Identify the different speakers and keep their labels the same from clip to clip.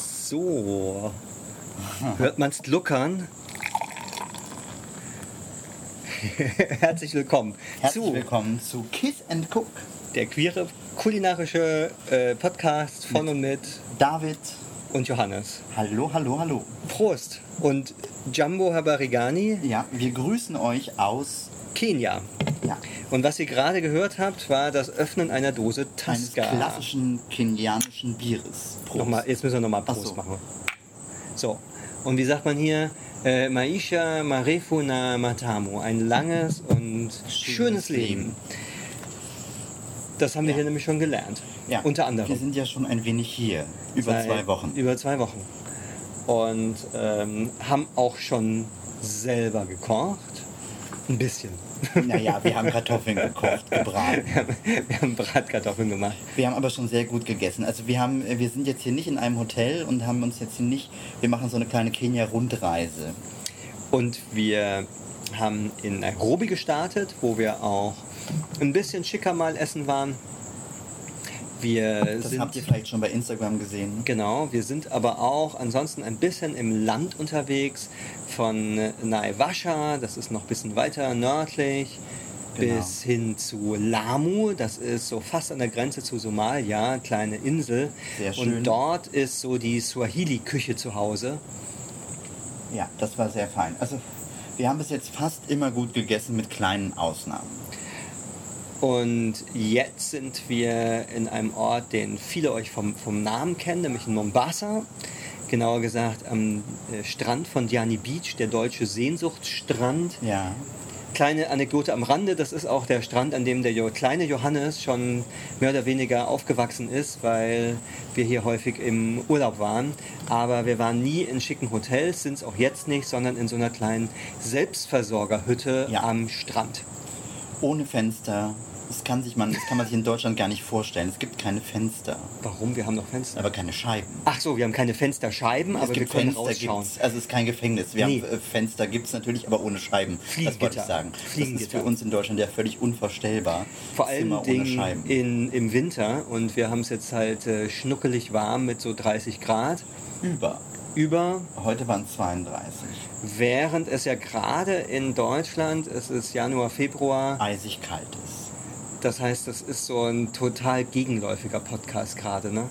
Speaker 1: So. Hört man's gluckern? Herzlich willkommen
Speaker 2: Herzlich
Speaker 1: zu
Speaker 2: willkommen zu Kiss and Cook.
Speaker 1: der queere kulinarische äh, Podcast von und mit
Speaker 2: David,
Speaker 1: und Johannes.
Speaker 2: hallo, hallo, hallo.
Speaker 1: Prost und Jumbo Habarigani,
Speaker 2: Ja, wir grüßen euch aus
Speaker 1: Kenia.
Speaker 2: ja,
Speaker 1: Und was ihr gerade gehört habt, war das Öffnen einer Dose
Speaker 2: eines
Speaker 1: Tasca.
Speaker 2: klassischen kenianischen Bieres. Prost.
Speaker 1: Nochmal, jetzt müssen wir nochmal
Speaker 2: Ach
Speaker 1: Prost
Speaker 2: so.
Speaker 1: machen. So, und wie sagt man hier? Äh, Maisha Marefuna Matamu. Ein langes und schönes Leben. Das haben wir hier nämlich schon gelernt.
Speaker 2: Ja,
Speaker 1: Unter
Speaker 2: Wir
Speaker 1: anderem.
Speaker 2: sind ja schon ein wenig hier. Über
Speaker 1: Seit
Speaker 2: zwei Wochen.
Speaker 1: Über zwei Wochen. Und ähm, haben auch schon selber gekocht. Ein bisschen.
Speaker 2: Naja, wir haben Kartoffeln gekocht, gebraten.
Speaker 1: wir haben Bratkartoffeln gemacht.
Speaker 2: Wir haben aber schon sehr gut gegessen. Also wir haben, wir sind jetzt hier nicht in einem Hotel und haben uns jetzt hier nicht, wir machen so eine kleine Kenia-Rundreise.
Speaker 1: Und wir haben in Nairobi gestartet, wo wir auch ein bisschen schicker mal essen waren. Wir
Speaker 2: Das
Speaker 1: sind
Speaker 2: habt ihr vielleicht schon bei Instagram gesehen.
Speaker 1: Genau, wir sind aber auch ansonsten ein bisschen im Land unterwegs, von Naivasha, das ist noch ein bisschen weiter nördlich,
Speaker 2: Genau.
Speaker 1: bis hin zu Lamu, das ist so fast an der Grenze zu Somalia, kleine Insel.
Speaker 2: Sehr
Speaker 1: Und
Speaker 2: schön.
Speaker 1: dort ist so die Swahili-Küche zu Hause.
Speaker 2: Ja, das war sehr fein. Also wir haben bis jetzt fast immer gut gegessen mit kleinen Ausnahmen.
Speaker 1: Und jetzt sind wir in einem Ort, den viele euch vom, vom Namen kennen, nämlich in Mombasa. Genauer gesagt am äh, Strand von Diani Beach, der deutsche Sehnsuchtsstrand.
Speaker 2: Ja.
Speaker 1: Kleine Anekdote am Rande, das ist auch der Strand, an dem der jo kleine Johannes schon mehr oder weniger aufgewachsen ist, weil wir hier häufig im Urlaub waren. Aber wir waren nie in schicken Hotels, sind es auch jetzt nicht, sondern in so einer kleinen Selbstversorgerhütte
Speaker 2: Ja.
Speaker 1: am Strand.
Speaker 2: Ohne Fenster. Das kann, sich man, das kann man sich in Deutschland gar nicht vorstellen. Es gibt keine Fenster,
Speaker 1: Warum? Wir haben noch Fenster.
Speaker 2: aber keine Scheiben.
Speaker 1: Ach so, wir haben keine Fensterscheiben, aber wir können rausschauen.
Speaker 2: gibt's, also es ist kein Gefängnis. Wir
Speaker 1: Nee.
Speaker 2: haben äh, Fenster gibt es natürlich, aber ohne Scheiben. Das wollte
Speaker 1: Fliegengitter.
Speaker 2: ich sagen. Das ist
Speaker 1: Fliegengitter.
Speaker 2: für uns in Deutschland ja völlig unvorstellbar.
Speaker 1: Vor
Speaker 2: Zimmer
Speaker 1: allen
Speaker 2: ohne
Speaker 1: Dingen
Speaker 2: Scheiben.
Speaker 1: in, im Winter und wir haben es jetzt halt äh, schnuckelig warm mit so 30 Grad
Speaker 2: Über.
Speaker 1: über,
Speaker 2: Heute waren es 32.
Speaker 1: während es ja gerade in Deutschland, es ist Januar, Februar,
Speaker 2: Eisig kalt ist.
Speaker 1: das heißt, das ist so ein total gegenläufiger Podcast gerade, ne?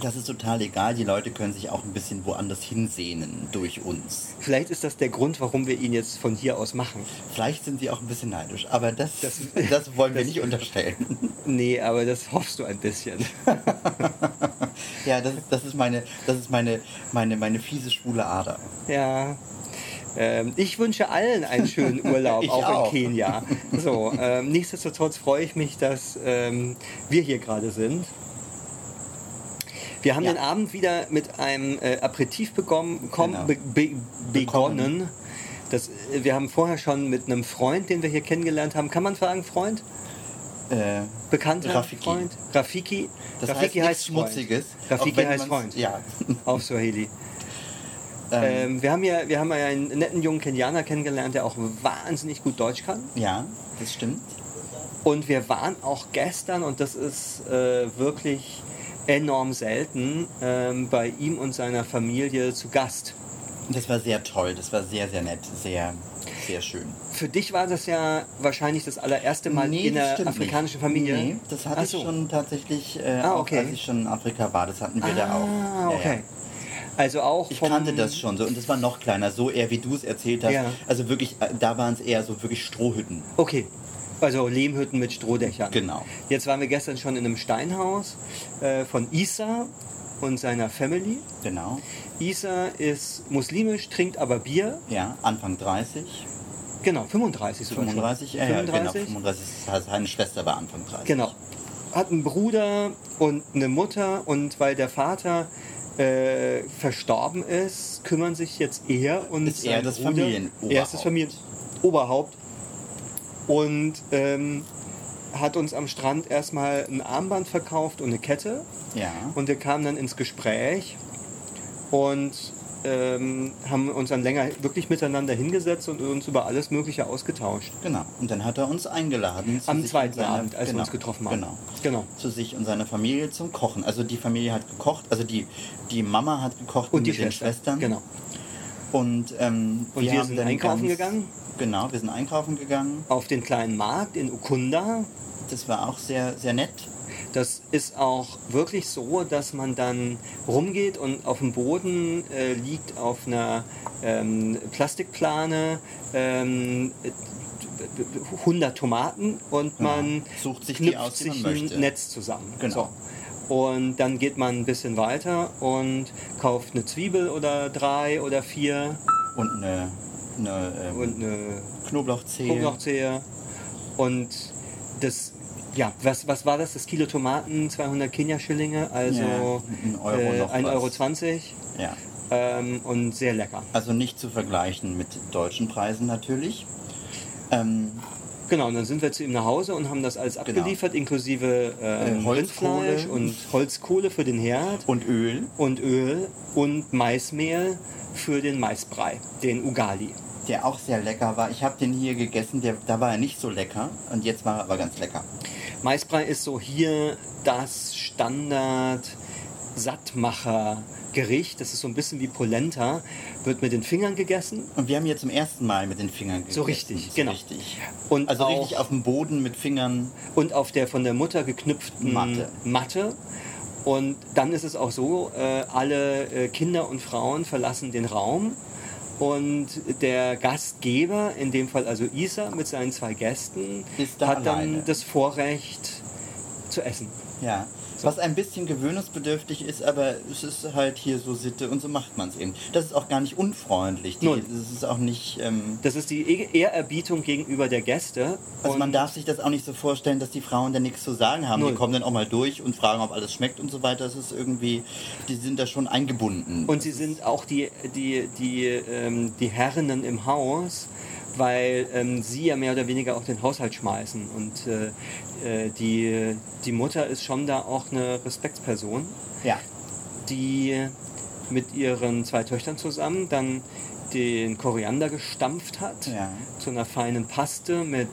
Speaker 2: Das ist total egal. Die Leute können sich auch ein bisschen woanders hinsehnen durch uns.
Speaker 1: Vielleicht ist das der Grund, warum wir ihn jetzt von hier aus machen.
Speaker 2: Vielleicht sind sie auch ein bisschen neidisch, aber das,
Speaker 1: Das-
Speaker 2: das, wollen wir
Speaker 1: das-
Speaker 2: nicht unterstellen.
Speaker 1: Nee, aber das hoffst du ein bisschen.
Speaker 2: Ja, das, ist- das ist meine, das ist meine, meine, meine fiese schwule Ader.
Speaker 1: Ja. Ähm, ich wünsche allen einen schönen Urlaub,
Speaker 2: Ich
Speaker 1: auch, in
Speaker 2: auch.
Speaker 1: Kenia. So, ähm, nichtsdestotrotz freue ich mich, dass ähm, wir hier gerade sind. Wir haben
Speaker 2: Ja.
Speaker 1: den Abend wieder mit einem äh, Aperitif begonnen. Kom,
Speaker 2: Genau.
Speaker 1: be, be,
Speaker 2: Bekommen.
Speaker 1: begonnen. Das, äh, wir haben vorher schon mit einem Freund, den wir hier kennengelernt haben, kann man fragen, Freund?
Speaker 2: Äh,
Speaker 1: Bekannter
Speaker 2: Rafiki.
Speaker 1: Freund? Rafiki.
Speaker 2: das
Speaker 1: Rafiki
Speaker 2: heißt, nichts
Speaker 1: heißt Freund.
Speaker 2: Schmutziges. auch
Speaker 1: Rafiki
Speaker 2: wenn
Speaker 1: heißt
Speaker 2: man's-
Speaker 1: Freund
Speaker 2: Ja.
Speaker 1: auf Swahili.
Speaker 2: Ähm,
Speaker 1: Ähm, wir, haben ja, wir haben ja einen netten jungen Kenianer kennengelernt, der auch wahnsinnig gut Deutsch kann.
Speaker 2: ja, das stimmt.
Speaker 1: Und wir waren auch gestern, und das ist äh, wirklich enorm selten, ähm, bei ihm und seiner Familie zu Gast.
Speaker 2: Und Das war sehr toll, das war sehr, sehr nett, sehr, sehr schön.
Speaker 1: Für dich war das ja wahrscheinlich das allererste Mal
Speaker 2: Nee,
Speaker 1: in
Speaker 2: das
Speaker 1: einer
Speaker 2: stimmt nicht.
Speaker 1: afrikanischen Familie.
Speaker 2: Nee, das hatte
Speaker 1: Ach
Speaker 2: ich
Speaker 1: so.
Speaker 2: schon tatsächlich, äh,
Speaker 1: Ah,
Speaker 2: auch
Speaker 1: okay.
Speaker 2: als ich schon in Afrika war, das hatten wir da auch.
Speaker 1: Ah,
Speaker 2: Ja, ja.
Speaker 1: okay. Also auch
Speaker 2: Ich
Speaker 1: vom-
Speaker 2: kannte das schon so und das war noch kleiner, so eher wie du es erzählt hast.
Speaker 1: Ja.
Speaker 2: Also wirklich, äh, da waren es eher so wirklich Strohhütten.
Speaker 1: Okay. Also Lehmhütten mit Strohdächern.
Speaker 2: Genau.
Speaker 1: Jetzt waren wir gestern schon in einem Steinhaus äh, von Isa und seiner Family.
Speaker 2: Genau.
Speaker 1: Isa ist muslimisch, trinkt aber Bier.
Speaker 2: Ja, Anfang 30,
Speaker 1: Genau, 35 sogar
Speaker 2: 35,
Speaker 1: schon.
Speaker 2: ja, ja, genau,
Speaker 1: 35.
Speaker 2: 35, das heißt, seine Schwester war Anfang 30.
Speaker 1: Genau. Hat einen Bruder und eine Mutter und weil der Vater äh, verstorben ist, kümmern sich jetzt er und
Speaker 2: Ist er
Speaker 1: sein
Speaker 2: das
Speaker 1: Bruder.
Speaker 2: Familienoberhaupt.
Speaker 1: Er ist das Familienoberhaupt. Und ähm, hat uns am Strand erstmal ein Armband verkauft und eine Kette.
Speaker 2: Ja,
Speaker 1: Und wir kamen dann ins Gespräch und ähm, haben uns dann länger wirklich miteinander hingesetzt und uns über alles Mögliche ausgetauscht.
Speaker 2: Genau. Und dann hat er uns eingeladen. zu
Speaker 1: Am
Speaker 2: sich
Speaker 1: zweiten
Speaker 2: und seiner-
Speaker 1: Abend, als wir
Speaker 2: genau,
Speaker 1: uns getroffen haben.
Speaker 2: Genau.
Speaker 1: genau.
Speaker 2: Zu sich und seiner Familie zum Kochen. Also die Familie hat gekocht, also die, die Mama hat gekocht
Speaker 1: Und die
Speaker 2: mit den Schwestern.
Speaker 1: Genau.
Speaker 2: Und, ähm,
Speaker 1: Und wir
Speaker 2: haben
Speaker 1: sind
Speaker 2: dann
Speaker 1: einkaufen
Speaker 2: ganz,
Speaker 1: gegangen?
Speaker 2: Genau, wir sind einkaufen gegangen.
Speaker 1: Auf den kleinen Markt in Ukunda.
Speaker 2: Das war auch sehr, sehr nett.
Speaker 1: Das ist auch wirklich so, dass man dann rumgeht und auf dem Boden äh, liegt auf einer ähm, Plastikplane ähm, 100 Tomaten und man
Speaker 2: Sucht sich die
Speaker 1: knüpft
Speaker 2: aus, die man
Speaker 1: sich ein
Speaker 2: möchte.
Speaker 1: Netz zusammen.
Speaker 2: Genau.
Speaker 1: So. Und dann geht man ein bisschen weiter und kauft eine Zwiebel oder drei oder vier
Speaker 2: Und eine, eine ähm,
Speaker 1: und eine
Speaker 2: Knoblauchzehe.
Speaker 1: Knoblauchzehe. Und das, ja, was, was war das? Das Kilo Tomaten, 200 Kenia-Schillinge, also
Speaker 2: Ja, ein Euro
Speaker 1: äh,
Speaker 2: noch
Speaker 1: 1,20 Euro.
Speaker 2: was. Ja.
Speaker 1: Ähm, und sehr lecker.
Speaker 2: Also nicht zu vergleichen mit deutschen Preisen natürlich. Ähm,
Speaker 1: Genau, und dann sind wir zu ihm nach Hause und haben das alles
Speaker 2: Genau.
Speaker 1: abgeliefert, inklusive ähm,
Speaker 2: Äh, Holzkohle.
Speaker 1: Rindfleisch und Holzkohle für den Herd
Speaker 2: und Öl,
Speaker 1: und Öl und Maismehl für den Maisbrei, den Ugali.
Speaker 2: der auch sehr lecker war. Ich habe den hier gegessen, der, da war er nicht so lecker. Und jetzt war er aber ganz lecker.
Speaker 1: Maisbrei ist so hier das Standard Sattmacher-Gericht. Das ist so ein bisschen wie Polenta. Wird mit den Fingern gegessen
Speaker 2: Und wir haben hier zum ersten Mal mit den Fingern gegessen.
Speaker 1: So richtig, genau.
Speaker 2: Richtig.
Speaker 1: und,
Speaker 2: Also
Speaker 1: auch,
Speaker 2: richtig auf dem Boden mit Fingern.
Speaker 1: und auf der von der Mutter geknüpften
Speaker 2: Matte.
Speaker 1: Matte. Und dann ist es auch so, äh, alle äh, Kinder und Frauen verlassen den Raum und der Gastgeber, in dem Fall also Isa mit seinen zwei Gästen,
Speaker 2: Ist da
Speaker 1: hat dann
Speaker 2: alleine.
Speaker 1: das Vorrecht zu essen.
Speaker 2: Ja. Was ein bisschen gewöhnungsbedürftig ist, aber es ist halt hier so Sitte und so macht man es eben. Das ist auch gar nicht unfreundlich. Die,
Speaker 1: Null.
Speaker 2: das ist auch nicht. Ähm,
Speaker 1: Das ist die E- Ehrerbietung gegenüber der Gäste.
Speaker 2: also man
Speaker 1: Und-
Speaker 2: darf sich das auch nicht so vorstellen, dass die Frauen da nichts zu sagen haben.
Speaker 1: Null.
Speaker 2: Die kommen dann auch mal durch und fragen, ob alles schmeckt und so weiter. Das ist irgendwie, die sind da schon eingebunden.
Speaker 1: Und sie sind auch die, die, die, ähm, die Herrinnen im Haus, weil ähm, sie ja mehr oder weniger auch den Haushalt schmeißen. Und äh, äh, die, die Mutter ist schon da auch eine Respektsperson,
Speaker 2: ja.
Speaker 1: die mit ihren zwei Töchtern zusammen dann den Koriander gestampft hat
Speaker 2: Ja.
Speaker 1: zu einer feinen Paste mit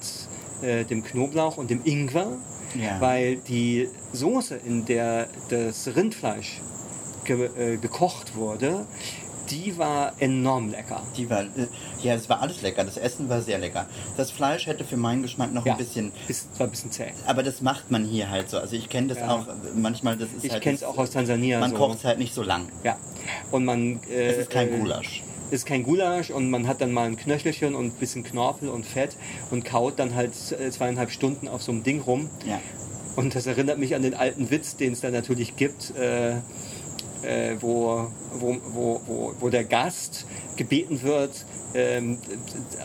Speaker 1: äh, dem Knoblauch und dem Ingwer,
Speaker 2: Ja.
Speaker 1: weil die Soße, in der das Rindfleisch ge äh, gekocht wurde, die war enorm lecker.
Speaker 2: Die war, äh, ja, es war alles lecker. Das Essen war sehr lecker. Das Fleisch hätte für meinen Geschmack noch ein bisschen.
Speaker 1: Ist, war ein bisschen zäh.
Speaker 2: Aber das macht man hier halt so. Also ich kenne das
Speaker 1: Ja.
Speaker 2: auch äh, manchmal. Das ist
Speaker 1: Ich
Speaker 2: halt
Speaker 1: kenne es
Speaker 2: nicht-
Speaker 1: auch aus Tansania.
Speaker 2: Man
Speaker 1: so.
Speaker 2: kocht es halt nicht so lang.
Speaker 1: Ja. Und man. Äh,
Speaker 2: Es ist kein
Speaker 1: äh,
Speaker 2: Gulasch.
Speaker 1: Ist kein Gulasch und man hat dann mal ein Knöchelchen und ein bisschen Knorpel und Fett und kaut dann halt äh, zweieinhalb Stunden auf so einem Ding rum.
Speaker 2: Ja.
Speaker 1: Und das erinnert mich an den alten Witz, den es da natürlich gibt, äh, äh, wo, wo, wo, wo, wo der Gast gebeten wird, ähm,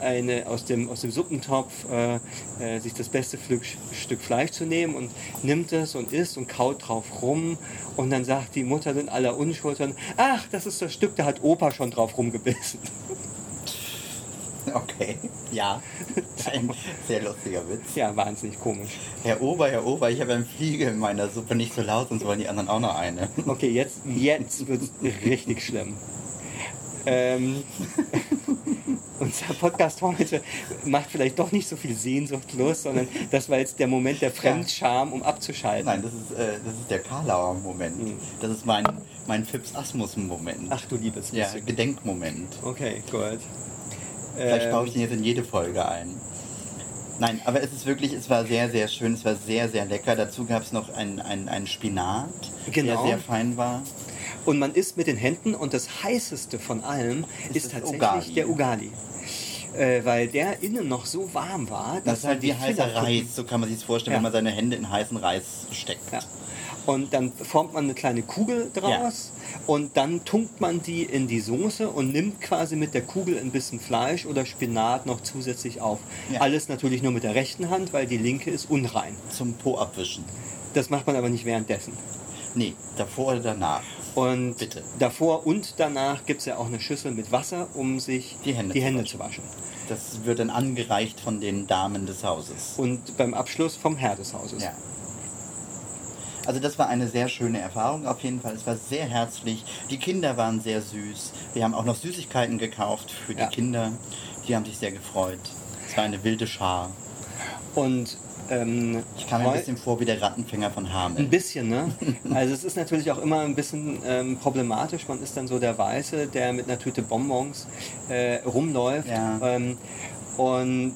Speaker 1: eine aus dem, aus dem Suppentopf äh, äh, sich das beste Flück, Stück Fleisch zu nehmen und nimmt es und isst und kaut drauf rum. Und dann sagt die Mutter in aller Unschuld dann, ach, das ist das Stück, da hat Opa schon drauf rumgebissen.
Speaker 2: Okay. Ja. Ein sehr lustiger Witz.
Speaker 1: Ja, wahnsinnig komisch.
Speaker 2: Herr Ober, Herr Ober, ich habe einen Fliege in meiner Suppe. Nicht so laut, sonst wollen die anderen auch noch eine.
Speaker 1: Okay, jetzt, jetzt wird es richtig schlimm. Ähm, unser Podcast heute macht vielleicht doch nicht so viel Sehnsucht los, sondern das war jetzt der Moment der Fremdscham, um abzuschalten.
Speaker 2: Nein, das ist, äh, das ist der Karlauer Moment. Das ist mein, mein Fips Asmus Moment.
Speaker 1: Hm. Ach du liebes
Speaker 2: ja,
Speaker 1: bisschen.
Speaker 2: Gedenkmoment.
Speaker 1: Okay, gut.
Speaker 2: Vielleicht baue
Speaker 1: Ähm,
Speaker 2: ich den jetzt in jede Folge ein. Nein, aber es ist wirklich, es war sehr, sehr schön, es war sehr, sehr lecker. Dazu gab es noch einen ein, ein Spinat,
Speaker 1: Genau.
Speaker 2: der sehr fein war.
Speaker 1: und man isst mit den Händen und das heißeste von allem ist,
Speaker 2: Ist das
Speaker 1: tatsächlich
Speaker 2: Ugali.
Speaker 1: der Ugali. Äh, weil der innen noch so warm war,
Speaker 2: Das ist halt wie
Speaker 1: die
Speaker 2: heißer
Speaker 1: Fingerkuppen-
Speaker 2: Reis, so kann man sich vorstellen,
Speaker 1: Ja.
Speaker 2: wenn man seine Hände in heißen Reis steckt.
Speaker 1: Ja. Und dann formt man eine kleine Kugel draus und dann tunkt man die in die Soße und nimmt quasi mit der Kugel ein bisschen Fleisch oder Spinat noch zusätzlich auf.
Speaker 2: Ja.
Speaker 1: Alles natürlich nur mit der rechten Hand, weil die linke ist unrein.
Speaker 2: Zum Po abwischen.
Speaker 1: Das macht man aber nicht währenddessen.
Speaker 2: Nee, davor oder danach.
Speaker 1: Und
Speaker 2: Bitte.
Speaker 1: davor und danach gibt es ja auch eine Schüssel mit Wasser, um sich
Speaker 2: Die Hände zu
Speaker 1: zu waschen.
Speaker 2: Das wird dann angereicht von den Damen des Hauses.
Speaker 1: Und beim Abschluss vom Herr des Hauses.
Speaker 2: Ja. Also das war eine sehr schöne Erfahrung auf jeden Fall. Es war sehr herzlich. Die Kinder waren sehr süß. Wir haben auch noch Süßigkeiten gekauft für die
Speaker 1: Ja.
Speaker 2: Kinder. Die haben sich sehr gefreut. Es war eine wilde Schar.
Speaker 1: Und ähm,
Speaker 2: Ich kam mir ein
Speaker 1: heu-
Speaker 2: bisschen vor wie der Rattenfänger von
Speaker 1: Ein
Speaker 2: Hameln.
Speaker 1: bisschen, ne? Also es ist natürlich auch immer ein bisschen ähm, problematisch. Man ist dann so der Weiße, der mit einer Tüte Bonbons äh, rumläuft.
Speaker 2: Ja.
Speaker 1: Ähm, und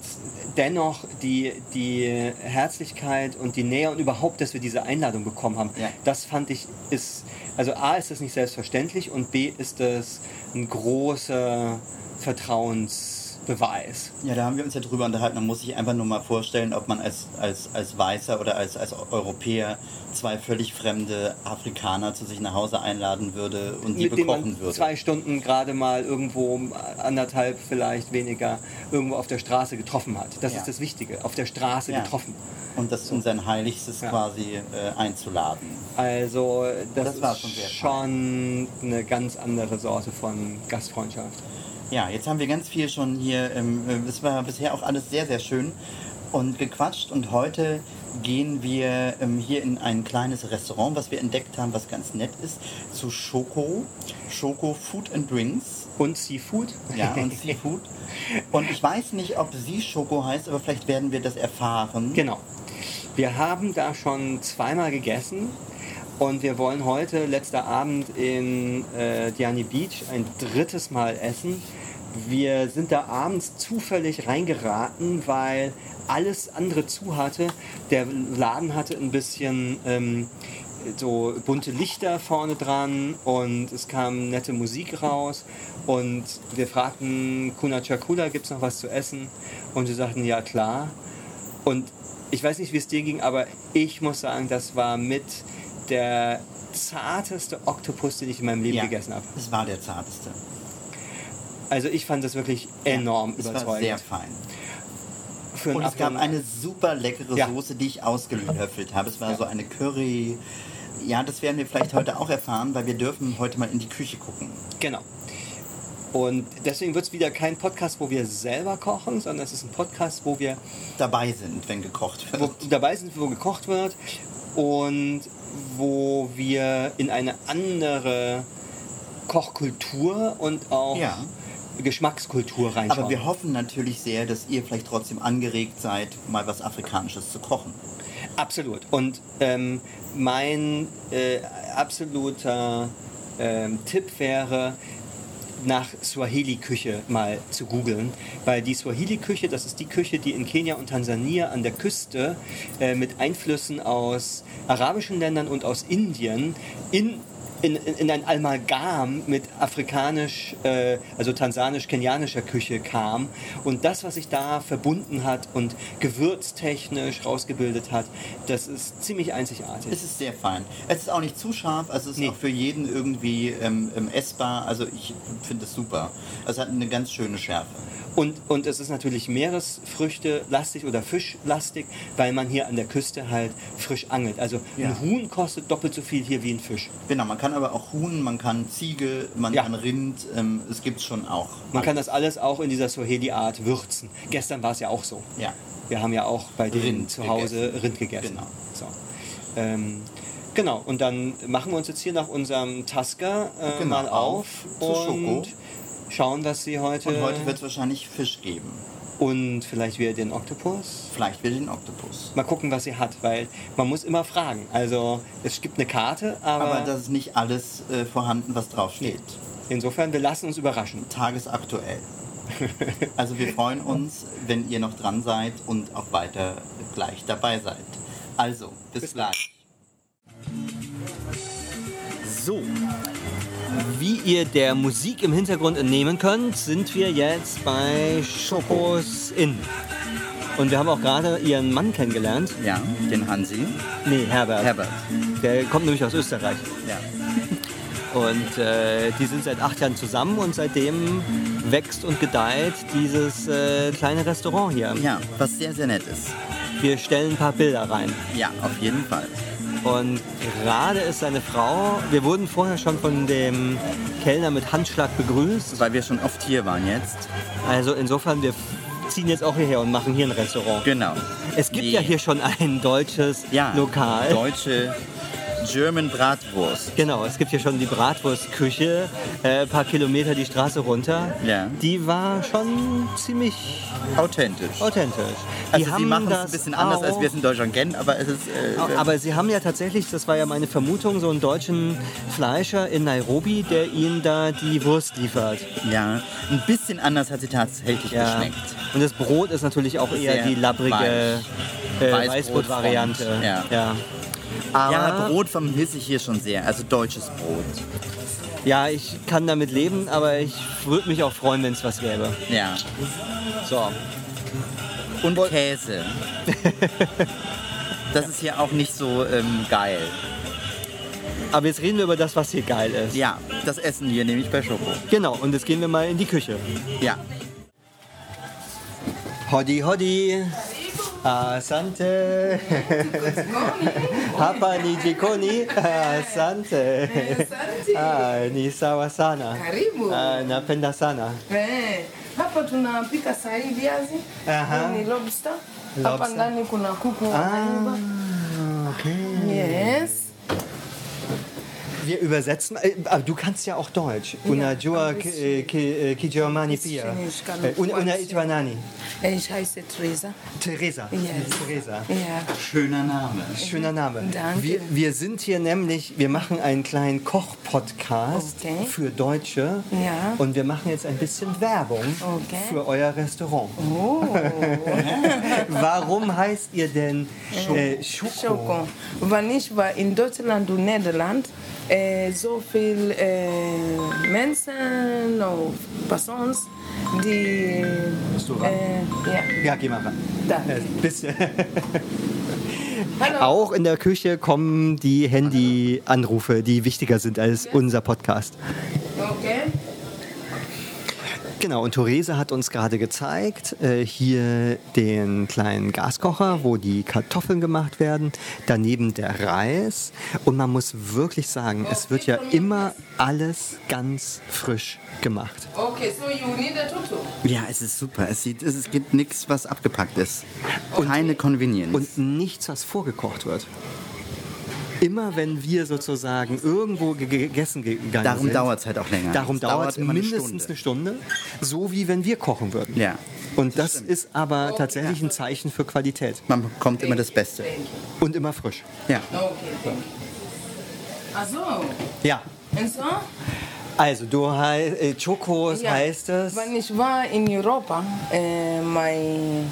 Speaker 1: dennoch die, die Herzlichkeit und die Nähe und überhaupt, dass wir diese Einladung bekommen haben,
Speaker 2: Ja.
Speaker 1: das fand ich ist, also A ist das nicht selbstverständlich und B ist das ein großer Vertrauensbeweis.
Speaker 2: Ja, da haben wir uns ja drüber unterhalten. Man muss sich einfach nur mal vorstellen, ob man als, als, als Weißer oder als, als Europäer zwei völlig fremde Afrikaner zu sich nach Hause einladen würde und die
Speaker 1: mit dem
Speaker 2: bekochen
Speaker 1: man
Speaker 2: würde.
Speaker 1: zwei Stunden gerade mal irgendwo um anderthalb vielleicht weniger irgendwo auf der Straße getroffen hat. Das
Speaker 2: Ja.
Speaker 1: ist das Wichtige, auf der Straße
Speaker 2: Ja.
Speaker 1: getroffen.
Speaker 2: Und das in sein Heiligstes
Speaker 1: Ja.
Speaker 2: quasi äh, einzuladen.
Speaker 1: Also
Speaker 2: Das
Speaker 1: das,
Speaker 2: war
Speaker 1: ist
Speaker 2: schon
Speaker 1: schon,
Speaker 2: sehr
Speaker 1: eine ganz andere Sorte von Gastfreundschaft.
Speaker 2: Ja, jetzt haben wir ganz viel schon hier. Ähm, äh, es war bisher auch alles sehr, sehr schön und gequatscht. Und heute gehen wir ähm, hier in ein kleines Restaurant, was wir entdeckt haben, was ganz nett ist, zu Schoko. Schoko Food and Drinks.
Speaker 1: Und Seafood?
Speaker 2: Ja, und Seafood. Und ich weiß nicht, ob sie Schoko heißt, aber vielleicht werden wir das erfahren.
Speaker 1: Genau. Wir haben da schon zweimal gegessen und wir wollen heute, letzter Abend in äh, Diani Beach, ein drittes Mal essen. Wir sind da abends zufällig reingeraten, weil alles andere zu hatte. Der Laden hatte ein bisschen ähm, so bunte Lichter vorne dran und es kam nette Musik raus und wir fragten Kuna Chakula, gibt es noch was zu essen? Und sie sagten, ja klar. Und ich weiß nicht, wie es dir ging, aber ich muss sagen, das war mit der zarteste Oktopus, den ich in meinem Leben
Speaker 2: Ja,
Speaker 1: gegessen habe.
Speaker 2: Es war der zarteste.
Speaker 1: Also ich fand das wirklich enorm
Speaker 2: es war sehr
Speaker 1: überzeugend.
Speaker 2: fein.
Speaker 1: Für einen
Speaker 2: Und es gab
Speaker 1: Apfel-
Speaker 2: eine super leckere
Speaker 1: Ja.
Speaker 2: Soße, die ich ausgelöffelt habe. Es war so eine Curry. Ja, das werden wir vielleicht heute auch erfahren, weil wir dürfen heute mal in die Küche gucken.
Speaker 1: Genau. Und deswegen wird es wieder kein Podcast, wo wir selber kochen, sondern es ist ein Podcast, wo wir
Speaker 2: Dabei sind, wenn gekocht wird.
Speaker 1: wo, dabei sind, wo gekocht wird und wo wir in eine andere Kochkultur und auch
Speaker 2: Ja.
Speaker 1: Geschmackskultur reinschauen.
Speaker 2: Aber wir hoffen natürlich sehr, dass ihr vielleicht trotzdem angeregt seid, mal was Afrikanisches zu kochen.
Speaker 1: Absolut. Und ähm, mein äh, absoluter ähm, Tipp wäre, nach Swahili-Küche mal zu googeln, weil die Swahili-Küche, das ist die Küche, die in Kenia und Tansania an der Küste äh, mit Einflüssen aus arabischen Ländern und aus Indien in, in, in in ein Amalgam mit afrikanisch, äh, also tansanisch-kenianischer Küche kam. Und das, was sich da verbunden hat und gewürztechnisch rausgebildet hat, das ist ziemlich einzigartig.
Speaker 2: Es ist sehr fein. Es ist auch nicht zu scharf, also es ist
Speaker 1: Nee.
Speaker 2: auch für jeden irgendwie ähm, ähm, essbar. Also ich finde es super. Also Es hat eine ganz schöne Schärfe.
Speaker 1: Und, und es ist natürlich Meeresfrüchte lastig oder fischlastig, weil man hier an der Küste halt frisch angelt. Also
Speaker 2: Ja.
Speaker 1: ein Huhn kostet doppelt so viel hier wie ein Fisch.
Speaker 2: Genau, man kann aber auch Huhn, man kann Ziege, man
Speaker 1: Ja.
Speaker 2: kann Rind. Ähm, es gibt schon auch.
Speaker 1: Man kann das alles auch in dieser Swahili-Art würzen. Gestern war es ja auch so.
Speaker 2: Ja.
Speaker 1: Wir haben ja auch bei denen
Speaker 2: Rind
Speaker 1: zu Hause
Speaker 2: gegessen.
Speaker 1: Rind gegessen.
Speaker 2: Genau.
Speaker 1: So. Ähm, genau, und dann machen wir uns jetzt hier nach unserem Tasker äh,
Speaker 2: Genau,
Speaker 1: mal auf
Speaker 2: auf zu
Speaker 1: und
Speaker 2: Schoko.
Speaker 1: schauen, was sie heute...
Speaker 2: Und heute wird es wahrscheinlich Fisch geben.
Speaker 1: und vielleicht wieder den Oktopus.
Speaker 2: Vielleicht wieder den Oktopus.
Speaker 1: mal gucken, was sie hat, weil man muss immer fragen. Also es gibt eine Karte, aber,
Speaker 2: Aber, das ist nicht alles äh, vorhanden, was draufsteht.
Speaker 1: insofern, wir lassen uns überraschen.
Speaker 2: Tagesaktuell. also wir freuen uns, wenn ihr noch dran seid und auch weiter gleich dabei seid. Also, bis,
Speaker 1: Bis
Speaker 2: gleich.
Speaker 1: So, wie ihr der Musik im Hintergrund entnehmen könnt, sind wir jetzt bei Schokos Inn. Und wir haben auch gerade ihren Mann kennengelernt.
Speaker 2: Ja, den Hansi.
Speaker 1: Nee, Herbert.
Speaker 2: Herbert.
Speaker 1: Der kommt nämlich aus Österreich.
Speaker 2: Ja.
Speaker 1: Und äh, die sind seit acht Jahren zusammen und seitdem wächst und gedeiht dieses äh, kleine Restaurant hier.
Speaker 2: ja, was sehr, sehr nett ist.
Speaker 1: Wir stellen ein paar Bilder rein.
Speaker 2: Ja, auf jeden Fall.
Speaker 1: Und gerade ist seine Frau, wir wurden vorher schon von dem Kellner mit Handschlag begrüßt.
Speaker 2: Weil wir schon oft hier waren jetzt.
Speaker 1: Also insofern, wir ziehen jetzt auch hierher und machen hier ein Restaurant.
Speaker 2: Genau.
Speaker 1: Es gibt
Speaker 2: Nee.
Speaker 1: ja hier schon ein deutsches
Speaker 2: ja,
Speaker 1: Lokal.
Speaker 2: Deutsche German Bratwurst.
Speaker 1: Genau, es gibt hier schon die Bratwurstküche, äh, ein paar Kilometer die Straße runter.
Speaker 2: Ja.
Speaker 1: Die war schon ziemlich
Speaker 2: Authentisch.
Speaker 1: authentisch. Die
Speaker 2: Also sie
Speaker 1: haben
Speaker 2: machen es ein
Speaker 1: das
Speaker 2: bisschen anders, als
Speaker 1: auch-
Speaker 2: wir es in Deutschland kennen, aber es ist... Äh,
Speaker 1: Aber sie haben ja tatsächlich, das war ja meine Vermutung, so einen deutschen Fleischer in Nairobi, der ihnen da die Wurst liefert.
Speaker 2: ja, ein bisschen anders hat sie tatsächlich geschmeckt.
Speaker 1: Und das Brot ist natürlich auch eher
Speaker 2: Sehr
Speaker 1: die labbrige
Speaker 2: weich.
Speaker 1: äh,
Speaker 2: Weißbrot
Speaker 1: Weißbrot-Variante.
Speaker 2: Front, ja.
Speaker 1: Aber,
Speaker 2: Ja,
Speaker 1: ja,
Speaker 2: Brot vermisse ich hier schon sehr, also deutsches Brot.
Speaker 1: ich kann damit leben, aber ich würde mich auch freuen, wenn es was gäbe.
Speaker 2: Ja.
Speaker 1: So.
Speaker 2: Und Käse. Das ist hier auch nicht so ähm, geil.
Speaker 1: Aber jetzt reden wir über das, was hier geil ist.
Speaker 2: Ja, das Essen hier nehme ich bei Schoko.
Speaker 1: Genau, und jetzt gehen wir mal in die Küche.
Speaker 2: Ja.
Speaker 1: Hoddy Hoddy. Asante. Hapa ni jikoni. Asante.
Speaker 3: Asante.
Speaker 1: Ah, ni sawa sana.
Speaker 3: Karibu.
Speaker 1: Ah, napenda sana.
Speaker 3: Eh, hapa tunapika sahii viazi
Speaker 1: Aha.
Speaker 3: Hii ni lobster. hapa
Speaker 1: Lobster. Ah.
Speaker 3: ndani kuna kuku wanaiva
Speaker 1: Okay.
Speaker 3: yes
Speaker 1: Wir übersetzen, äh, aber du kannst ja auch Deutsch. Una jua ki- äh, ki- äh, kijermani pia.
Speaker 3: Bisschen, ich kann
Speaker 1: Äh, Una una
Speaker 3: Deutsch.
Speaker 1: itwanani.
Speaker 3: Eh, ich heiße Theresa
Speaker 1: Teresa.
Speaker 3: Yes.
Speaker 1: Teresa.
Speaker 3: ja
Speaker 2: Schöner Name.
Speaker 1: Schöner Name.
Speaker 3: Danke.
Speaker 1: Wir, wir sind hier nämlich, wir machen einen kleinen Koch-Podcast
Speaker 3: Okay.
Speaker 1: für Deutsche.
Speaker 3: Ja.
Speaker 1: Und wir machen jetzt ein bisschen Werbung
Speaker 3: Okay.
Speaker 1: für euer Restaurant.
Speaker 3: oh.
Speaker 1: Warum heißt ihr denn äh, Schoko?
Speaker 3: Schoko. Wenn ich war in Deutschland und Niederland, äh, so viele äh, Menschen oder Personen, die...
Speaker 1: Bist du ran?
Speaker 3: Äh, ja,
Speaker 1: Ja, geh mal ran.
Speaker 3: danke.
Speaker 1: Äh, bisschen.
Speaker 3: Hallo.
Speaker 1: Auch in der Küche kommen die Handyanrufe, die wichtiger sind als unser Podcast.
Speaker 3: Okay.
Speaker 1: Genau, und Therese hat uns gerade gezeigt, äh, hier den kleinen Gaskocher, wo die Kartoffeln gemacht werden, daneben der Reis. Und man muss wirklich sagen, es wird ja immer alles ganz frisch gemacht.
Speaker 3: Okay, so you need a tutu?
Speaker 2: Ja, es ist super. Es, sieht, es, es gibt nichts, was abgepackt ist. Keine Convenience.
Speaker 1: Und nichts, was vorgekocht wird. Immer wenn wir sozusagen irgendwo ge- gegessen gegangen
Speaker 2: Darum
Speaker 1: sind.
Speaker 2: dauert's halt auch länger.
Speaker 1: Darum
Speaker 2: Es dauert
Speaker 1: dauert es
Speaker 2: immer eine
Speaker 1: mindestens eine Stunde. So wie wenn wir kochen würden.
Speaker 2: Ja.
Speaker 1: Und das ist aber tatsächlich ein Zeichen für Qualität.
Speaker 2: man bekommt immer das Beste.
Speaker 1: Und immer frisch.
Speaker 2: Ja.
Speaker 3: Okay, thank you. Also,
Speaker 1: Ja.
Speaker 3: und so?
Speaker 1: Also, du hei- äh, Chocos
Speaker 3: Ja.
Speaker 1: heißt es.
Speaker 3: Wenn ich war in Europa, äh, my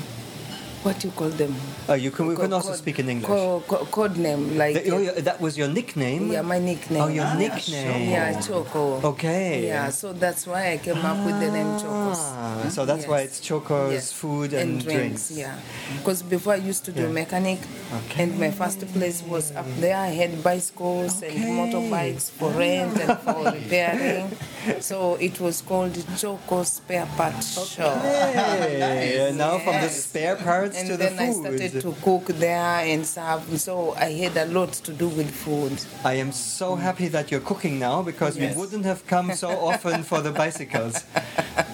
Speaker 3: what you call them?
Speaker 1: Uh, you can, we
Speaker 3: Co-
Speaker 1: can also
Speaker 3: code-
Speaker 1: speak in English.
Speaker 3: Co co code name like
Speaker 1: That, oh, yeah, that was your nickname?
Speaker 3: yeah, my nickname.
Speaker 1: Oh, your
Speaker 3: Ah,
Speaker 1: nickname.
Speaker 3: Yeah, Choco.
Speaker 1: Okay.
Speaker 3: Yeah, so that's why I came up with the name Chocos.
Speaker 1: Ah, so that's why
Speaker 3: Yes.
Speaker 1: it's Chocos,
Speaker 3: Yes.
Speaker 1: food and, drinks.
Speaker 3: Yeah, because before I used to do
Speaker 1: Yeah.
Speaker 3: mechanic, and my first place was up there. I had bicycles and
Speaker 1: Okay.
Speaker 3: motorbikes for rent and for repairing. So it was called Choco Spare Part Shop.
Speaker 1: Hey, now from the
Speaker 3: Yes.
Speaker 1: spare parts
Speaker 3: And
Speaker 1: to the
Speaker 3: then I
Speaker 1: food.
Speaker 3: started to cook there and serve. So I had a lot to do with food.
Speaker 1: I am so happy that you're cooking now because
Speaker 3: Mm. Yes.
Speaker 1: we wouldn't have come so often for the bicycles.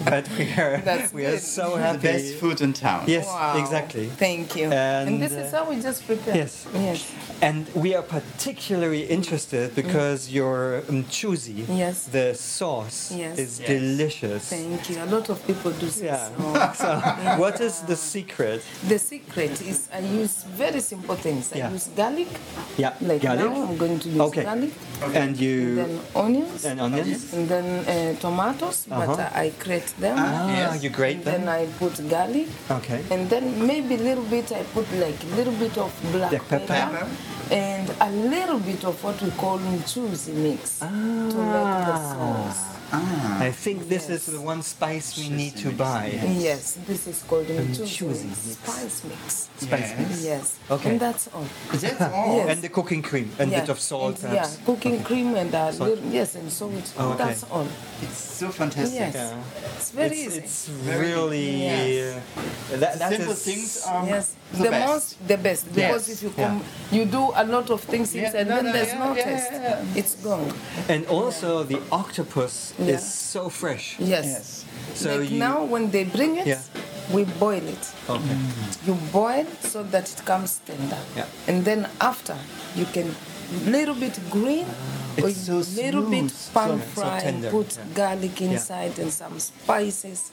Speaker 1: but we are
Speaker 3: That's
Speaker 1: we are
Speaker 3: good.
Speaker 1: so
Speaker 2: The
Speaker 1: happy.
Speaker 2: best food in town.
Speaker 1: Yes,
Speaker 3: Wow.
Speaker 1: exactly.
Speaker 3: Thank you. And,
Speaker 1: And,
Speaker 3: this
Speaker 1: uh,
Speaker 3: is how we just prepare.
Speaker 1: yes.
Speaker 3: Yes.
Speaker 1: And we are particularly interested because your um, choosy,
Speaker 3: Mm. Yes.
Speaker 1: the sauce
Speaker 3: Yes.
Speaker 1: is
Speaker 2: Yes.
Speaker 1: delicious.
Speaker 3: Thank you. A lot of people do say
Speaker 1: Yeah.
Speaker 3: so.
Speaker 1: So, what is the secret?
Speaker 3: The secret is I use very simple things. I
Speaker 1: Yeah.
Speaker 3: use garlic.
Speaker 1: Yeah,
Speaker 3: Like
Speaker 1: garlic.
Speaker 3: now I'm going to use
Speaker 1: Okay.
Speaker 3: garlic.
Speaker 1: And you
Speaker 3: Then onions.
Speaker 1: and onions.
Speaker 3: And then uh, tomatoes, but
Speaker 1: Uh-huh.
Speaker 3: uh, I grate them.
Speaker 1: Ah,
Speaker 2: Yes.
Speaker 1: you grate
Speaker 3: And then
Speaker 1: them.
Speaker 3: I put garlic.
Speaker 1: Okay.
Speaker 3: And then maybe a little bit, I put like a little bit of black
Speaker 1: Black pepper.
Speaker 3: pepper. And a little bit of what we call choosy mix to make the
Speaker 1: Ah.
Speaker 3: sauce.
Speaker 2: Ah.
Speaker 1: I think this is the one spice we need to buy.
Speaker 3: Yes, this is called
Speaker 1: choosy
Speaker 3: choosy
Speaker 1: mix.
Speaker 3: spice mix.
Speaker 1: Spice Oh. mix.
Speaker 3: Yes.
Speaker 1: Okay.
Speaker 3: And that's all.
Speaker 2: That's all.
Speaker 3: Yes.
Speaker 1: And the cooking cream and a
Speaker 3: Yeah,
Speaker 1: bit of salt,
Speaker 3: and- Yeah,
Speaker 1: perhaps.
Speaker 3: cooking cream and uh, little- yes, and salt.
Speaker 1: Oh, okay.
Speaker 3: That's all.
Speaker 2: It's so fantastic.
Speaker 3: Yes,
Speaker 1: Yeah.
Speaker 3: it's very
Speaker 1: it's,
Speaker 3: easy.
Speaker 1: it's really
Speaker 3: Yes.
Speaker 1: uh, that, that
Speaker 2: Simple
Speaker 1: is-
Speaker 2: things are
Speaker 3: yes,
Speaker 2: the,
Speaker 3: the
Speaker 2: best.
Speaker 3: most, the best. Because
Speaker 2: Yes.
Speaker 3: if you come, you do a lot of things inside,
Speaker 2: no,
Speaker 3: then
Speaker 2: no,
Speaker 3: there's
Speaker 2: yeah,
Speaker 3: no
Speaker 2: yeah,
Speaker 3: taste.
Speaker 2: yeah,
Speaker 3: It's gone.
Speaker 1: and also the octopus
Speaker 3: Yeah.
Speaker 1: is so fresh.
Speaker 3: Yes.
Speaker 2: Yes.
Speaker 1: So
Speaker 3: like
Speaker 1: you-
Speaker 3: now, when they bring it,
Speaker 1: Yeah.
Speaker 3: we boil it.
Speaker 1: Okay.
Speaker 2: Mm.
Speaker 3: You boil so that it comes tender.
Speaker 1: Yeah.
Speaker 3: And then after, you can little bit green, a
Speaker 2: It's so
Speaker 3: little bit
Speaker 2: smooth,
Speaker 3: pan
Speaker 2: so- so
Speaker 3: fry,
Speaker 2: tender,
Speaker 3: put
Speaker 2: yeah.
Speaker 3: garlic inside and some spices,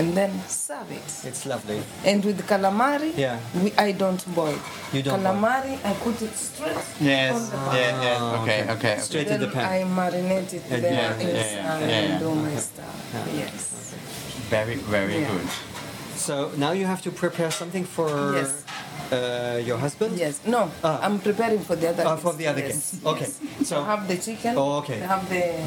Speaker 3: and then serve it.
Speaker 2: It's lovely.
Speaker 3: And with calamari,
Speaker 1: Yeah.
Speaker 3: we, I don't boil.
Speaker 1: You don't boil.
Speaker 3: calamari, I put it straight on
Speaker 2: Yes.
Speaker 3: the pan.
Speaker 2: yeah, yeah. Okay, okay.
Speaker 1: Straight to the
Speaker 3: Then
Speaker 1: pan.
Speaker 3: I marinate it
Speaker 1: Yeah,
Speaker 3: there
Speaker 1: yeah,
Speaker 3: in
Speaker 2: yeah,
Speaker 3: some
Speaker 2: yeah, yeah.
Speaker 3: and do my stuff. Yes.
Speaker 2: Very, very
Speaker 3: Yeah.
Speaker 2: good.
Speaker 1: So now you have to prepare something for
Speaker 3: Yes.
Speaker 1: uh, your husband?
Speaker 3: Yes. No,
Speaker 1: Ah.
Speaker 3: I'm preparing for the other
Speaker 1: Oh, for
Speaker 3: guests.
Speaker 1: the other
Speaker 3: Yes,
Speaker 1: guests. Okay.
Speaker 3: yes.
Speaker 1: So-
Speaker 3: I have the chicken.
Speaker 1: Oh, okay.
Speaker 3: I have the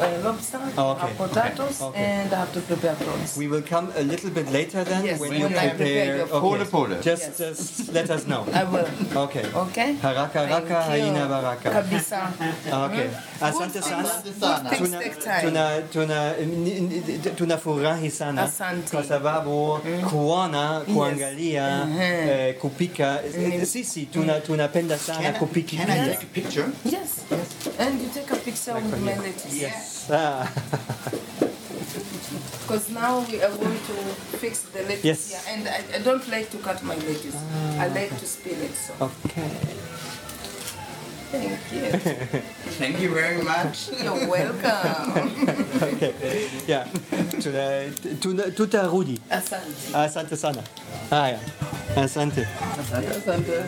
Speaker 3: uh, lobster.
Speaker 1: Oh,
Speaker 3: I
Speaker 1: okay,
Speaker 3: have
Speaker 1: okay,
Speaker 3: potatoes,
Speaker 1: okay.
Speaker 3: and I have to prepare prawns.
Speaker 1: We will come a little bit later then
Speaker 3: Yes,
Speaker 1: when
Speaker 3: when
Speaker 1: you
Speaker 3: I
Speaker 1: prepare.
Speaker 3: prepare your food.
Speaker 2: Pole, pole.
Speaker 1: Just,
Speaker 3: Yes.
Speaker 1: just let us know.
Speaker 3: I will.
Speaker 1: Okay.
Speaker 3: Okay.
Speaker 1: Haraka
Speaker 3: Thank
Speaker 1: raka,
Speaker 3: you.
Speaker 1: haina baraka.
Speaker 3: Kabisa.
Speaker 1: Okay. Asante sana.
Speaker 2: Asante
Speaker 3: Good
Speaker 2: sana.
Speaker 3: things
Speaker 1: Tuna,
Speaker 3: take time.
Speaker 1: tuna, tuna, ni- ni- tunafurahi sana
Speaker 3: Asante.
Speaker 1: kwa sababu
Speaker 2: Mm.
Speaker 1: kuona kuangalia
Speaker 2: Mm-hmm.
Speaker 1: eh, kupika sisi tuna, tunapenda sana
Speaker 2: Mm. Can I,
Speaker 1: kupikia
Speaker 2: can I take a picture?
Speaker 3: Yes. And you take a picture with my lettuce.
Speaker 1: Yes. Ah,
Speaker 3: Because now we are going to fix the lettuce.
Speaker 1: Yes. Ah.
Speaker 3: Here. And I, I don't like to cut my lettuce. I like to peel it. So
Speaker 1: okay.
Speaker 3: thank you.
Speaker 2: Thank you very much.
Speaker 3: You're welcome.
Speaker 1: Yeah. Tuna, tuna, tutarudi.
Speaker 3: Asante.
Speaker 1: Asante sana. Haya. Asante.
Speaker 3: Asante.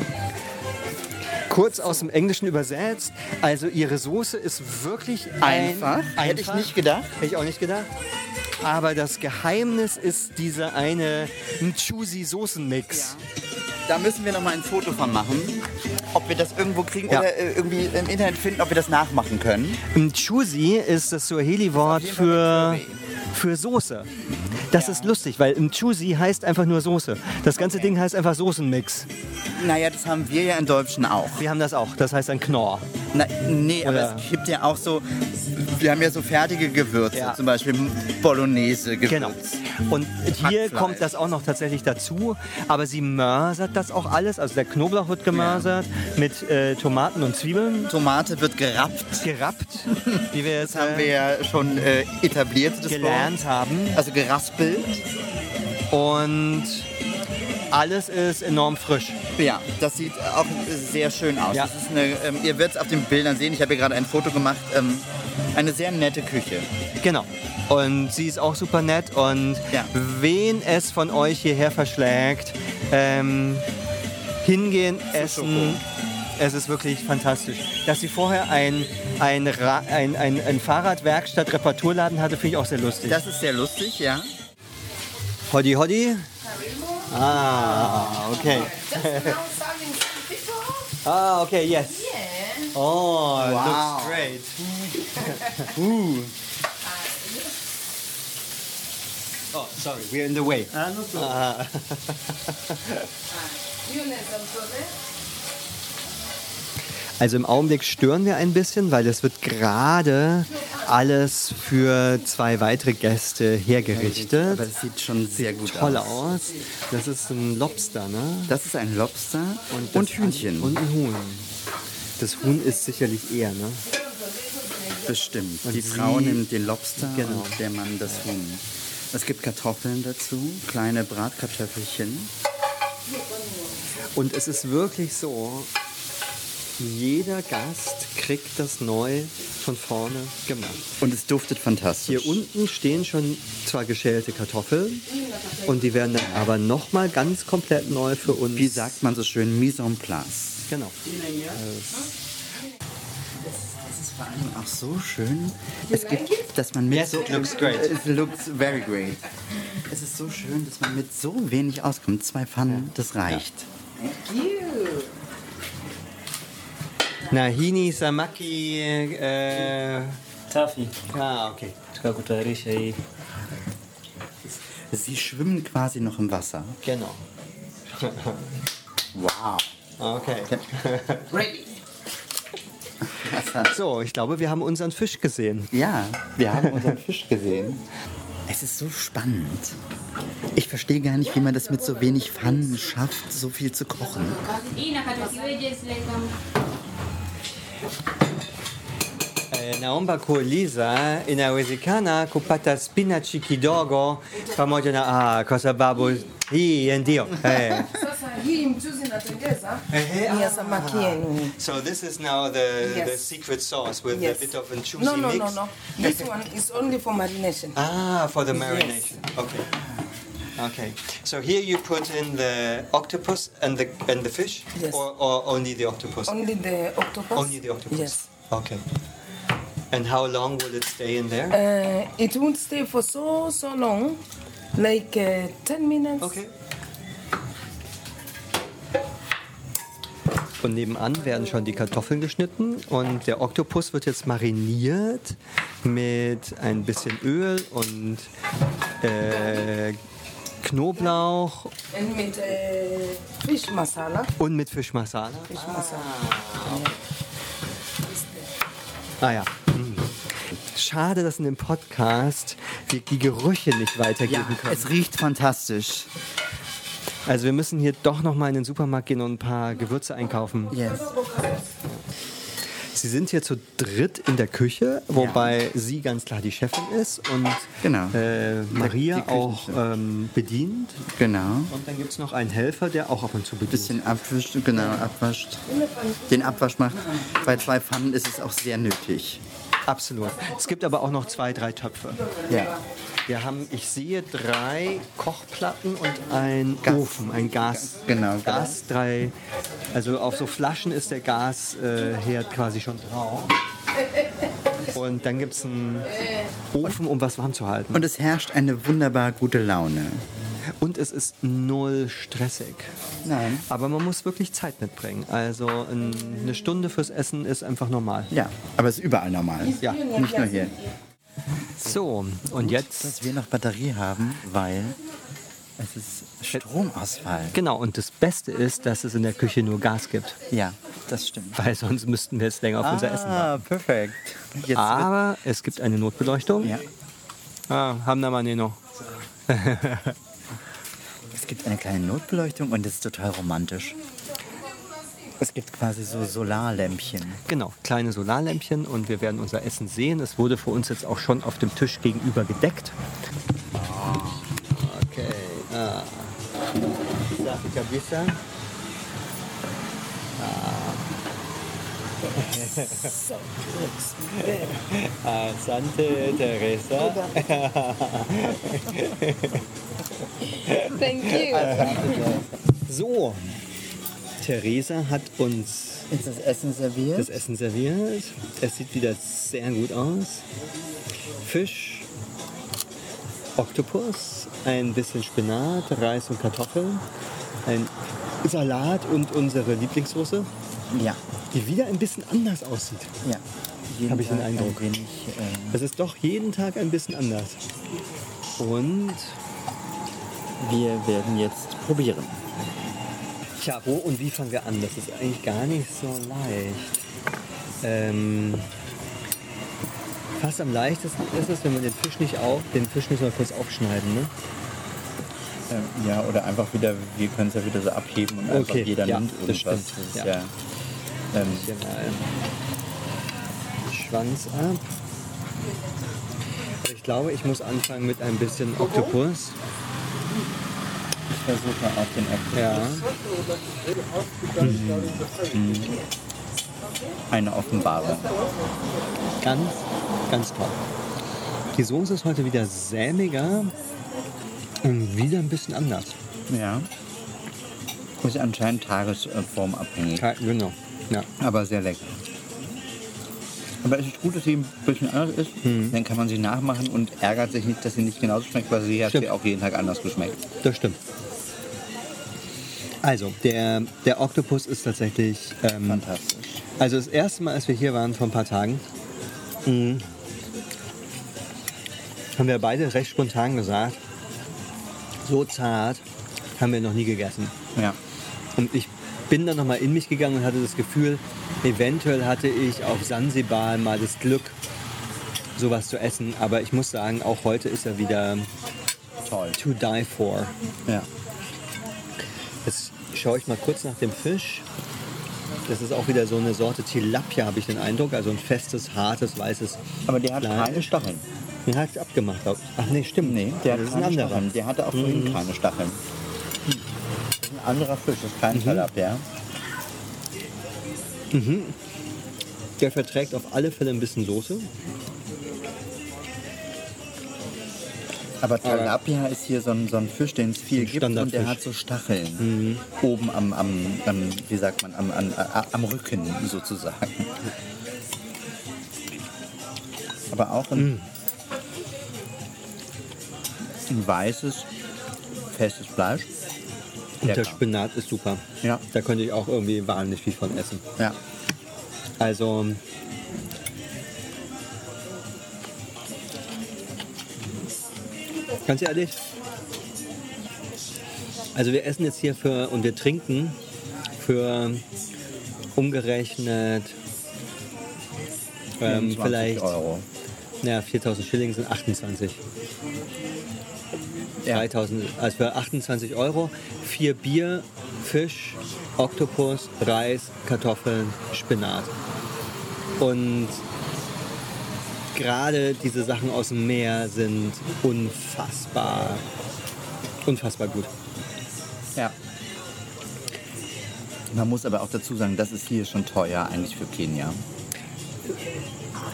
Speaker 1: Kurz aus dem Englischen übersetzt. Also ihre Soße ist wirklich ein,
Speaker 2: Einfach. Hätte ich nicht gedacht.
Speaker 1: Hätte ich auch nicht gedacht. Aber das Geheimnis ist dieser eine Mchuzi Soßenmix.
Speaker 2: Da müssen wir noch mal ein Foto von machen. Ob wir das irgendwo kriegen
Speaker 1: Ja.
Speaker 2: oder äh, irgendwie im Internet finden, ob wir das nachmachen können.
Speaker 1: Mchuzi ist das Swahili-Wort
Speaker 2: Ist auf jeden Fall
Speaker 1: für, für Soße. Das ist lustig, weil Mchuzi heißt einfach nur Soße. Das ganze Ding heißt einfach Soßenmix.
Speaker 2: Naja, das haben wir ja in Deutschen auch.
Speaker 1: Wir haben das auch. Das heißt dann Knorr.
Speaker 2: Na, nee,
Speaker 1: Oder-
Speaker 2: aber es gibt ja auch so, wir haben ja so fertige Gewürze,
Speaker 1: Ja.
Speaker 2: zum Beispiel Bolognese-Gewürz.
Speaker 1: Genau. Und hier
Speaker 2: Hackfleisch.
Speaker 1: kommt das auch noch tatsächlich dazu, aber sie mörsert das auch alles. Also der Knoblauch wird gemörsert mit äh, Tomaten und
Speaker 2: Genau.
Speaker 1: Zwiebeln
Speaker 2: Tomate wird gerappt.
Speaker 1: gerappt, wie wir jetzt
Speaker 2: Das haben wir
Speaker 1: äh,
Speaker 2: ja schon äh, etabliert. Das
Speaker 1: gelernt haben.
Speaker 2: Wort. Also geraspelt.
Speaker 1: Und alles ist enorm frisch.
Speaker 2: Ja, das sieht auch sehr schön aus.
Speaker 1: Ja.
Speaker 2: Das ist eine, ähm, ihr werdet es auf den Bildern sehen. Ich habe hier gerade ein Foto gemacht. Ähm, eine sehr nette Küche.
Speaker 1: Genau. Und sie ist auch super nett. Und
Speaker 2: Ja.
Speaker 1: wen es von euch hierher verschlägt, ähm, hingehen, essen. Es ist wirklich fantastisch. Dass sie vorher ein, ein, Ra ein, ein, ein Fahrradwerkstatt-Reparaturladen hatte, finde ich auch sehr lustig.
Speaker 2: Das ist sehr lustig, ja.
Speaker 1: Hoddy Hoddy. Ah, okay.
Speaker 3: Just now serving some people.
Speaker 1: Ah, okay, yes.
Speaker 3: Yeah.
Speaker 1: Oh,
Speaker 2: Wow.
Speaker 1: looks great.
Speaker 3: Ah,
Speaker 1: Oh, sorry, we're in the way. Ah.
Speaker 3: You need some eh? soda?
Speaker 1: Also im Augenblick stören wir ein bisschen, weil es wird gerade alles für zwei weitere Gäste hergerichtet.
Speaker 2: Aber das sieht schon sehr gut
Speaker 1: Toll
Speaker 2: aus.
Speaker 1: aus. Das ist ein Lobster, ne?
Speaker 2: Das ist ein Lobster und,
Speaker 1: das-
Speaker 2: Hühnchen.
Speaker 1: Und ein Huhn. Das Huhn ist sicherlich eher, ne?
Speaker 2: Bestimmt. Die
Speaker 1: sie-
Speaker 2: Frau nimmt den Lobster
Speaker 1: Genau.
Speaker 2: und der Mann das Huhn. Es gibt Kartoffeln dazu, kleine Bratkartoffelchen.
Speaker 1: Und es ist wirklich so, jeder Gast kriegt das neu von vorne gemacht.
Speaker 2: Und es duftet fantastisch.
Speaker 1: Hier unten stehen schon zwar geschälte Kartoffeln und die werden dann aber nochmal ganz komplett neu für uns.
Speaker 2: Wie sagt man so schön, mise en place.
Speaker 1: Genau.
Speaker 2: Das ist vor allem auch so schön. Es gibt, dass man mit
Speaker 1: Yes,
Speaker 2: so
Speaker 1: it looks great.
Speaker 2: It looks very great. Es ist so schön, dass man mit so wenig auskommt. Zwei Pfannen, das reicht.
Speaker 3: You.
Speaker 1: Nahini Samaki. Äh,
Speaker 4: Safi,
Speaker 1: ah, okay.
Speaker 4: tukakutayarisha hii
Speaker 2: Sie schwimmen quasi noch im Wasser.
Speaker 1: Genau.
Speaker 2: Wow.
Speaker 1: Okay.
Speaker 2: Wasser.
Speaker 1: So, ich glaube, wir haben unseren Fisch gesehen.
Speaker 2: Ja, wir haben unseren Fisch gesehen. Es ist so spannend. Ich verstehe gar nicht, wie man das mit so wenig Pfannen schafft, so viel zu kochen.
Speaker 5: Hii inakatakiweje zile kama
Speaker 1: E, naomba kuuliza inawezekana kupata spinachi kidogo pamoja na ah, kwa sababu hii ndio. Eh,
Speaker 3: Sasa hii mchuzi na mtatengeza
Speaker 1: Ehe,
Speaker 3: ni ya
Speaker 1: ah.
Speaker 3: samaki yenu.
Speaker 1: So this is now the,
Speaker 3: Yes.
Speaker 1: the secret sauce with
Speaker 3: Yes.
Speaker 1: a bit of a juicy
Speaker 3: No, no,
Speaker 1: mix.
Speaker 3: no, no. This one is only for marination.
Speaker 1: Ah, for the
Speaker 3: Yes.
Speaker 1: marination. Okay. Okay. So here you put in the octopus and the and the fish,
Speaker 3: Yes.
Speaker 1: or, or only the octopus.
Speaker 3: Only the octopus.
Speaker 1: Only the octopus.
Speaker 3: Yes.
Speaker 1: Okay. And how long will it stay in there?
Speaker 3: Uh, it won't stay for so so long, like uh, ten minutes.
Speaker 1: Okay. Und nebenan werden schon die Kartoffeln geschnitten und der Oktopus wird jetzt mariniert mit ein bisschen Öl und äh, Knoblauch
Speaker 3: And with uh, fish masala.
Speaker 1: und mit Fischmasala.
Speaker 3: Fish masala.
Speaker 1: Ah ja. Hm. Schade, dass in dem Podcast wir die Gerüche nicht
Speaker 2: Ja,
Speaker 1: weitergeben können.
Speaker 2: es riecht fantastisch.
Speaker 1: Also wir müssen hier doch nochmal in den Supermarkt gehen und ein paar Gewürze einkaufen.
Speaker 2: Yes.
Speaker 1: Sie sind hier zu dritt in der Küche, wobei sie ganz klar die Chefin ist und
Speaker 2: Genau.
Speaker 1: äh, Maria
Speaker 2: Die Küchen-
Speaker 1: auch ähm, bedient.
Speaker 2: Genau.
Speaker 1: Und dann gibt es noch einen Helfer, der auch ab und zu bedient.
Speaker 2: Bisschen abwischt, genau, abwascht. Den Abwasch macht. Bei zwei Pfannen ist es auch sehr nötig.
Speaker 1: Absolut. Es gibt aber auch noch zwei, drei Töpfe.
Speaker 2: Ja.
Speaker 1: Wir haben, ich sehe, drei Kochplatten und einen
Speaker 2: Gas.
Speaker 1: Ofen, ein Gas.
Speaker 2: Genau, genau.
Speaker 1: Gas, drei. Also auf so Flaschen ist der Gasherd äh, Herd quasi schon drauf. Und dann gibt es einen Ofen, um was warm zu halten.
Speaker 2: Und es herrscht eine wunderbar gute Laune.
Speaker 1: Und es ist null stressig.
Speaker 2: Nein.
Speaker 1: Aber man muss wirklich Zeit mitbringen. Also ein- eine Stunde fürs Essen ist einfach normal.
Speaker 2: Ja, aber es ist überall normal.
Speaker 1: Ja.
Speaker 2: Nicht nur hier.
Speaker 1: So, und jetzt.
Speaker 2: Dass wir noch Batterie haben, weil es ist Stromausfall.
Speaker 1: Genau, und das Beste ist, dass es in der Küche nur Gas gibt.
Speaker 2: Ja, das stimmt.
Speaker 1: Weil sonst müssten wir jetzt länger auf unser Essen Ah. warten.
Speaker 2: Ah, perfekt. Jetzt wird-
Speaker 1: Aber es gibt eine Notbeleuchtung.
Speaker 2: ja,
Speaker 1: Ah, hamna maneno.
Speaker 2: es gibt eine kleine Notbeleuchtung und es ist total romantisch. Es gibt quasi so Solarlämpchen.
Speaker 1: Genau, kleine Solarlämpchen und wir werden unser Essen sehen. Es wurde für uns jetzt auch schon auf dem Tisch gegenüber gedeckt. Okay. Ah. Safi kabisa. Ah. Asante Teresa.
Speaker 3: Thank you.
Speaker 1: So, Teresa hat uns
Speaker 2: Ist das Essen serviert?
Speaker 1: das Essen serviert. Es sieht wieder sehr gut aus. Fisch, Oktopus, ein bisschen Spinat, Reis und Kartoffeln, ein Salat und unsere Lieblingssoße,
Speaker 2: ja,
Speaker 1: die wieder ein bisschen anders aussieht.
Speaker 2: ja. Jeden
Speaker 1: Hab ich den
Speaker 2: Tag ein
Speaker 1: Eindruck.
Speaker 2: Wenig, ähm,
Speaker 1: Es ist doch jeden Tag ein bisschen anders. Und
Speaker 2: wir werden jetzt probieren.
Speaker 1: Tja, wo und wie fangen wir an? Das ist eigentlich gar nicht so leicht. Ähm, fast am leichtesten ist es, wenn man den Fisch nicht auf, den Fisch müssen wir kurz aufschneiden, ne?
Speaker 2: Ähm, ja, oder einfach wieder, wir können es ja wieder so abheben und einfach
Speaker 1: Okay,
Speaker 2: jeder
Speaker 1: ja,
Speaker 2: nimmt
Speaker 1: das
Speaker 2: irgendwas.
Speaker 1: stimmt,
Speaker 2: Das ist
Speaker 1: ja.
Speaker 2: ja. ähm,
Speaker 1: Hier mal Schwanz ab. Ich glaube, ich muss anfangen mit ein bisschen Oktopus.
Speaker 2: ich versuche auch den Apfel.
Speaker 1: Ja.
Speaker 2: Eine Offenbarung.
Speaker 1: Ganz, ganz toll. Die Soße ist heute wieder sämiger und wieder ein bisschen anders.
Speaker 2: Ja. Ist anscheinend tagesformabhängig,
Speaker 1: Ja, Genau. Ja.
Speaker 2: aber sehr lecker. Aber es ist gut, dass sie ein bisschen anders ist.
Speaker 1: Hm.
Speaker 2: Dann kann man sie nachmachen und ärgert sich nicht, dass sie nicht genauso schmeckt, weil sie hat
Speaker 1: Stimmt. Hm.
Speaker 2: sie auch jeden Tag anders geschmeckt.
Speaker 1: Das stimmt. Also, der, der Oktopus ist tatsächlich. Ähm,
Speaker 2: Fantastisch.
Speaker 1: also, das erste Mal, als wir hier waren, vor ein paar Tagen, mh, haben wir beide recht spontan gesagt, so zart haben wir noch nie gegessen.
Speaker 2: Ja.
Speaker 1: Und ich bin dann nochmal in mich gegangen und hatte das Gefühl, eventuell hatte ich auf Sansibar mal das Glück, sowas zu essen. Aber ich muss sagen, auch heute ist er wieder
Speaker 2: Toll.
Speaker 1: to die for.
Speaker 2: Ja.
Speaker 1: Jetzt schaue ich mal kurz nach dem Fisch. Das ist auch wieder so eine Sorte Tilapia, habe ich den Eindruck. Also ein festes, hartes, weißes.
Speaker 2: Aber der hat
Speaker 1: Nein.
Speaker 2: keine Stacheln.
Speaker 1: Den hat es abgemacht. glaub ich. Ach nee, stimmt.
Speaker 2: Nee, der
Speaker 1: das
Speaker 2: hat
Speaker 1: ist ein Mhm.
Speaker 2: keine
Speaker 1: anderer.
Speaker 2: Stacheln. Der hatte auch vorhin keine Stacheln. anderer Fisch, ist
Speaker 1: Mhm.
Speaker 2: kein Salat, ja.
Speaker 1: Der verträgt auf alle Fälle ein bisschen Soße.
Speaker 2: Aber Tilapia ist hier so ein, so ein Fisch, den es viel
Speaker 1: Ein
Speaker 2: gibt und der
Speaker 1: Standardfisch. Mhm.
Speaker 2: hat so Stacheln. Oben am, am, am, wie sagt man, am, am, am Rücken sozusagen. Aber auch ein, ein weißes, festes Fleisch.
Speaker 1: Und der
Speaker 2: Lecker.
Speaker 1: Spinat ist super.
Speaker 2: Ja.
Speaker 1: Da könnte ich auch irgendwie wahnsinnig viel von essen.
Speaker 2: Ja.
Speaker 1: Also. Ganz ehrlich. Also wir essen jetzt hier für und wir trinken für umgerechnet ähm,
Speaker 2: 24
Speaker 1: vielleicht
Speaker 2: Euro.
Speaker 1: ja, 4000 Schilling sind 28.
Speaker 2: Ja.
Speaker 1: 3000, also für 28 Euro, vier Bier, Fisch, Oktopus, Reis, Kartoffeln, Spinat. Und gerade diese Sachen aus dem Meer sind unfassbar, unfassbar gut.
Speaker 2: Ja. Man muss aber auch dazu sagen, das ist hier schon teuer eigentlich für Kenia.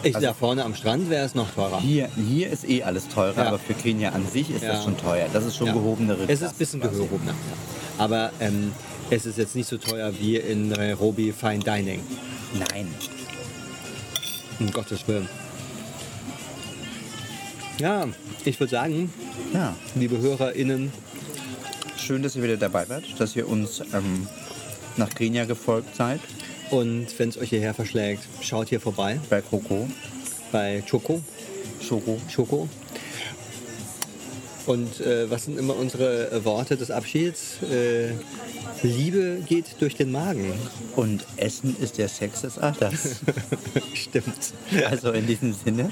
Speaker 1: Ich,
Speaker 2: Also
Speaker 1: da vorne am Strand wäre es noch teurer.
Speaker 2: Hier, hier ist eh alles teurer,
Speaker 1: Ja.
Speaker 2: aber für Kenia an sich ist
Speaker 1: Ja.
Speaker 2: das schon teuer. Das ist schon
Speaker 1: Ja.
Speaker 2: gehobenere
Speaker 1: Es ist
Speaker 2: Klasse
Speaker 1: ein bisschen
Speaker 2: quasi.
Speaker 1: gehobener. ja. Aber ähm, es ist jetzt nicht so teuer wie in Nairobi Fine Dining.
Speaker 2: Nein.
Speaker 1: Um Gottes Willen. Ja, ich würde sagen,
Speaker 2: Ja,
Speaker 1: liebe HörerInnen,
Speaker 2: schön, dass ihr wieder dabei wart, dass ihr uns ähm, nach Kenia gefolgt seid,
Speaker 1: und wenn es euch hierher verschlägt, schaut hier vorbei
Speaker 2: bei Coco,
Speaker 1: bei Choco.
Speaker 2: Schoko.
Speaker 1: Choco. Und äh, was sind immer unsere äh, Worte des Abschieds? Äh, Liebe geht durch den Magen.
Speaker 2: Und Essen ist der Sex des Alters.
Speaker 1: Stimmt.
Speaker 2: also in diesem Sinne,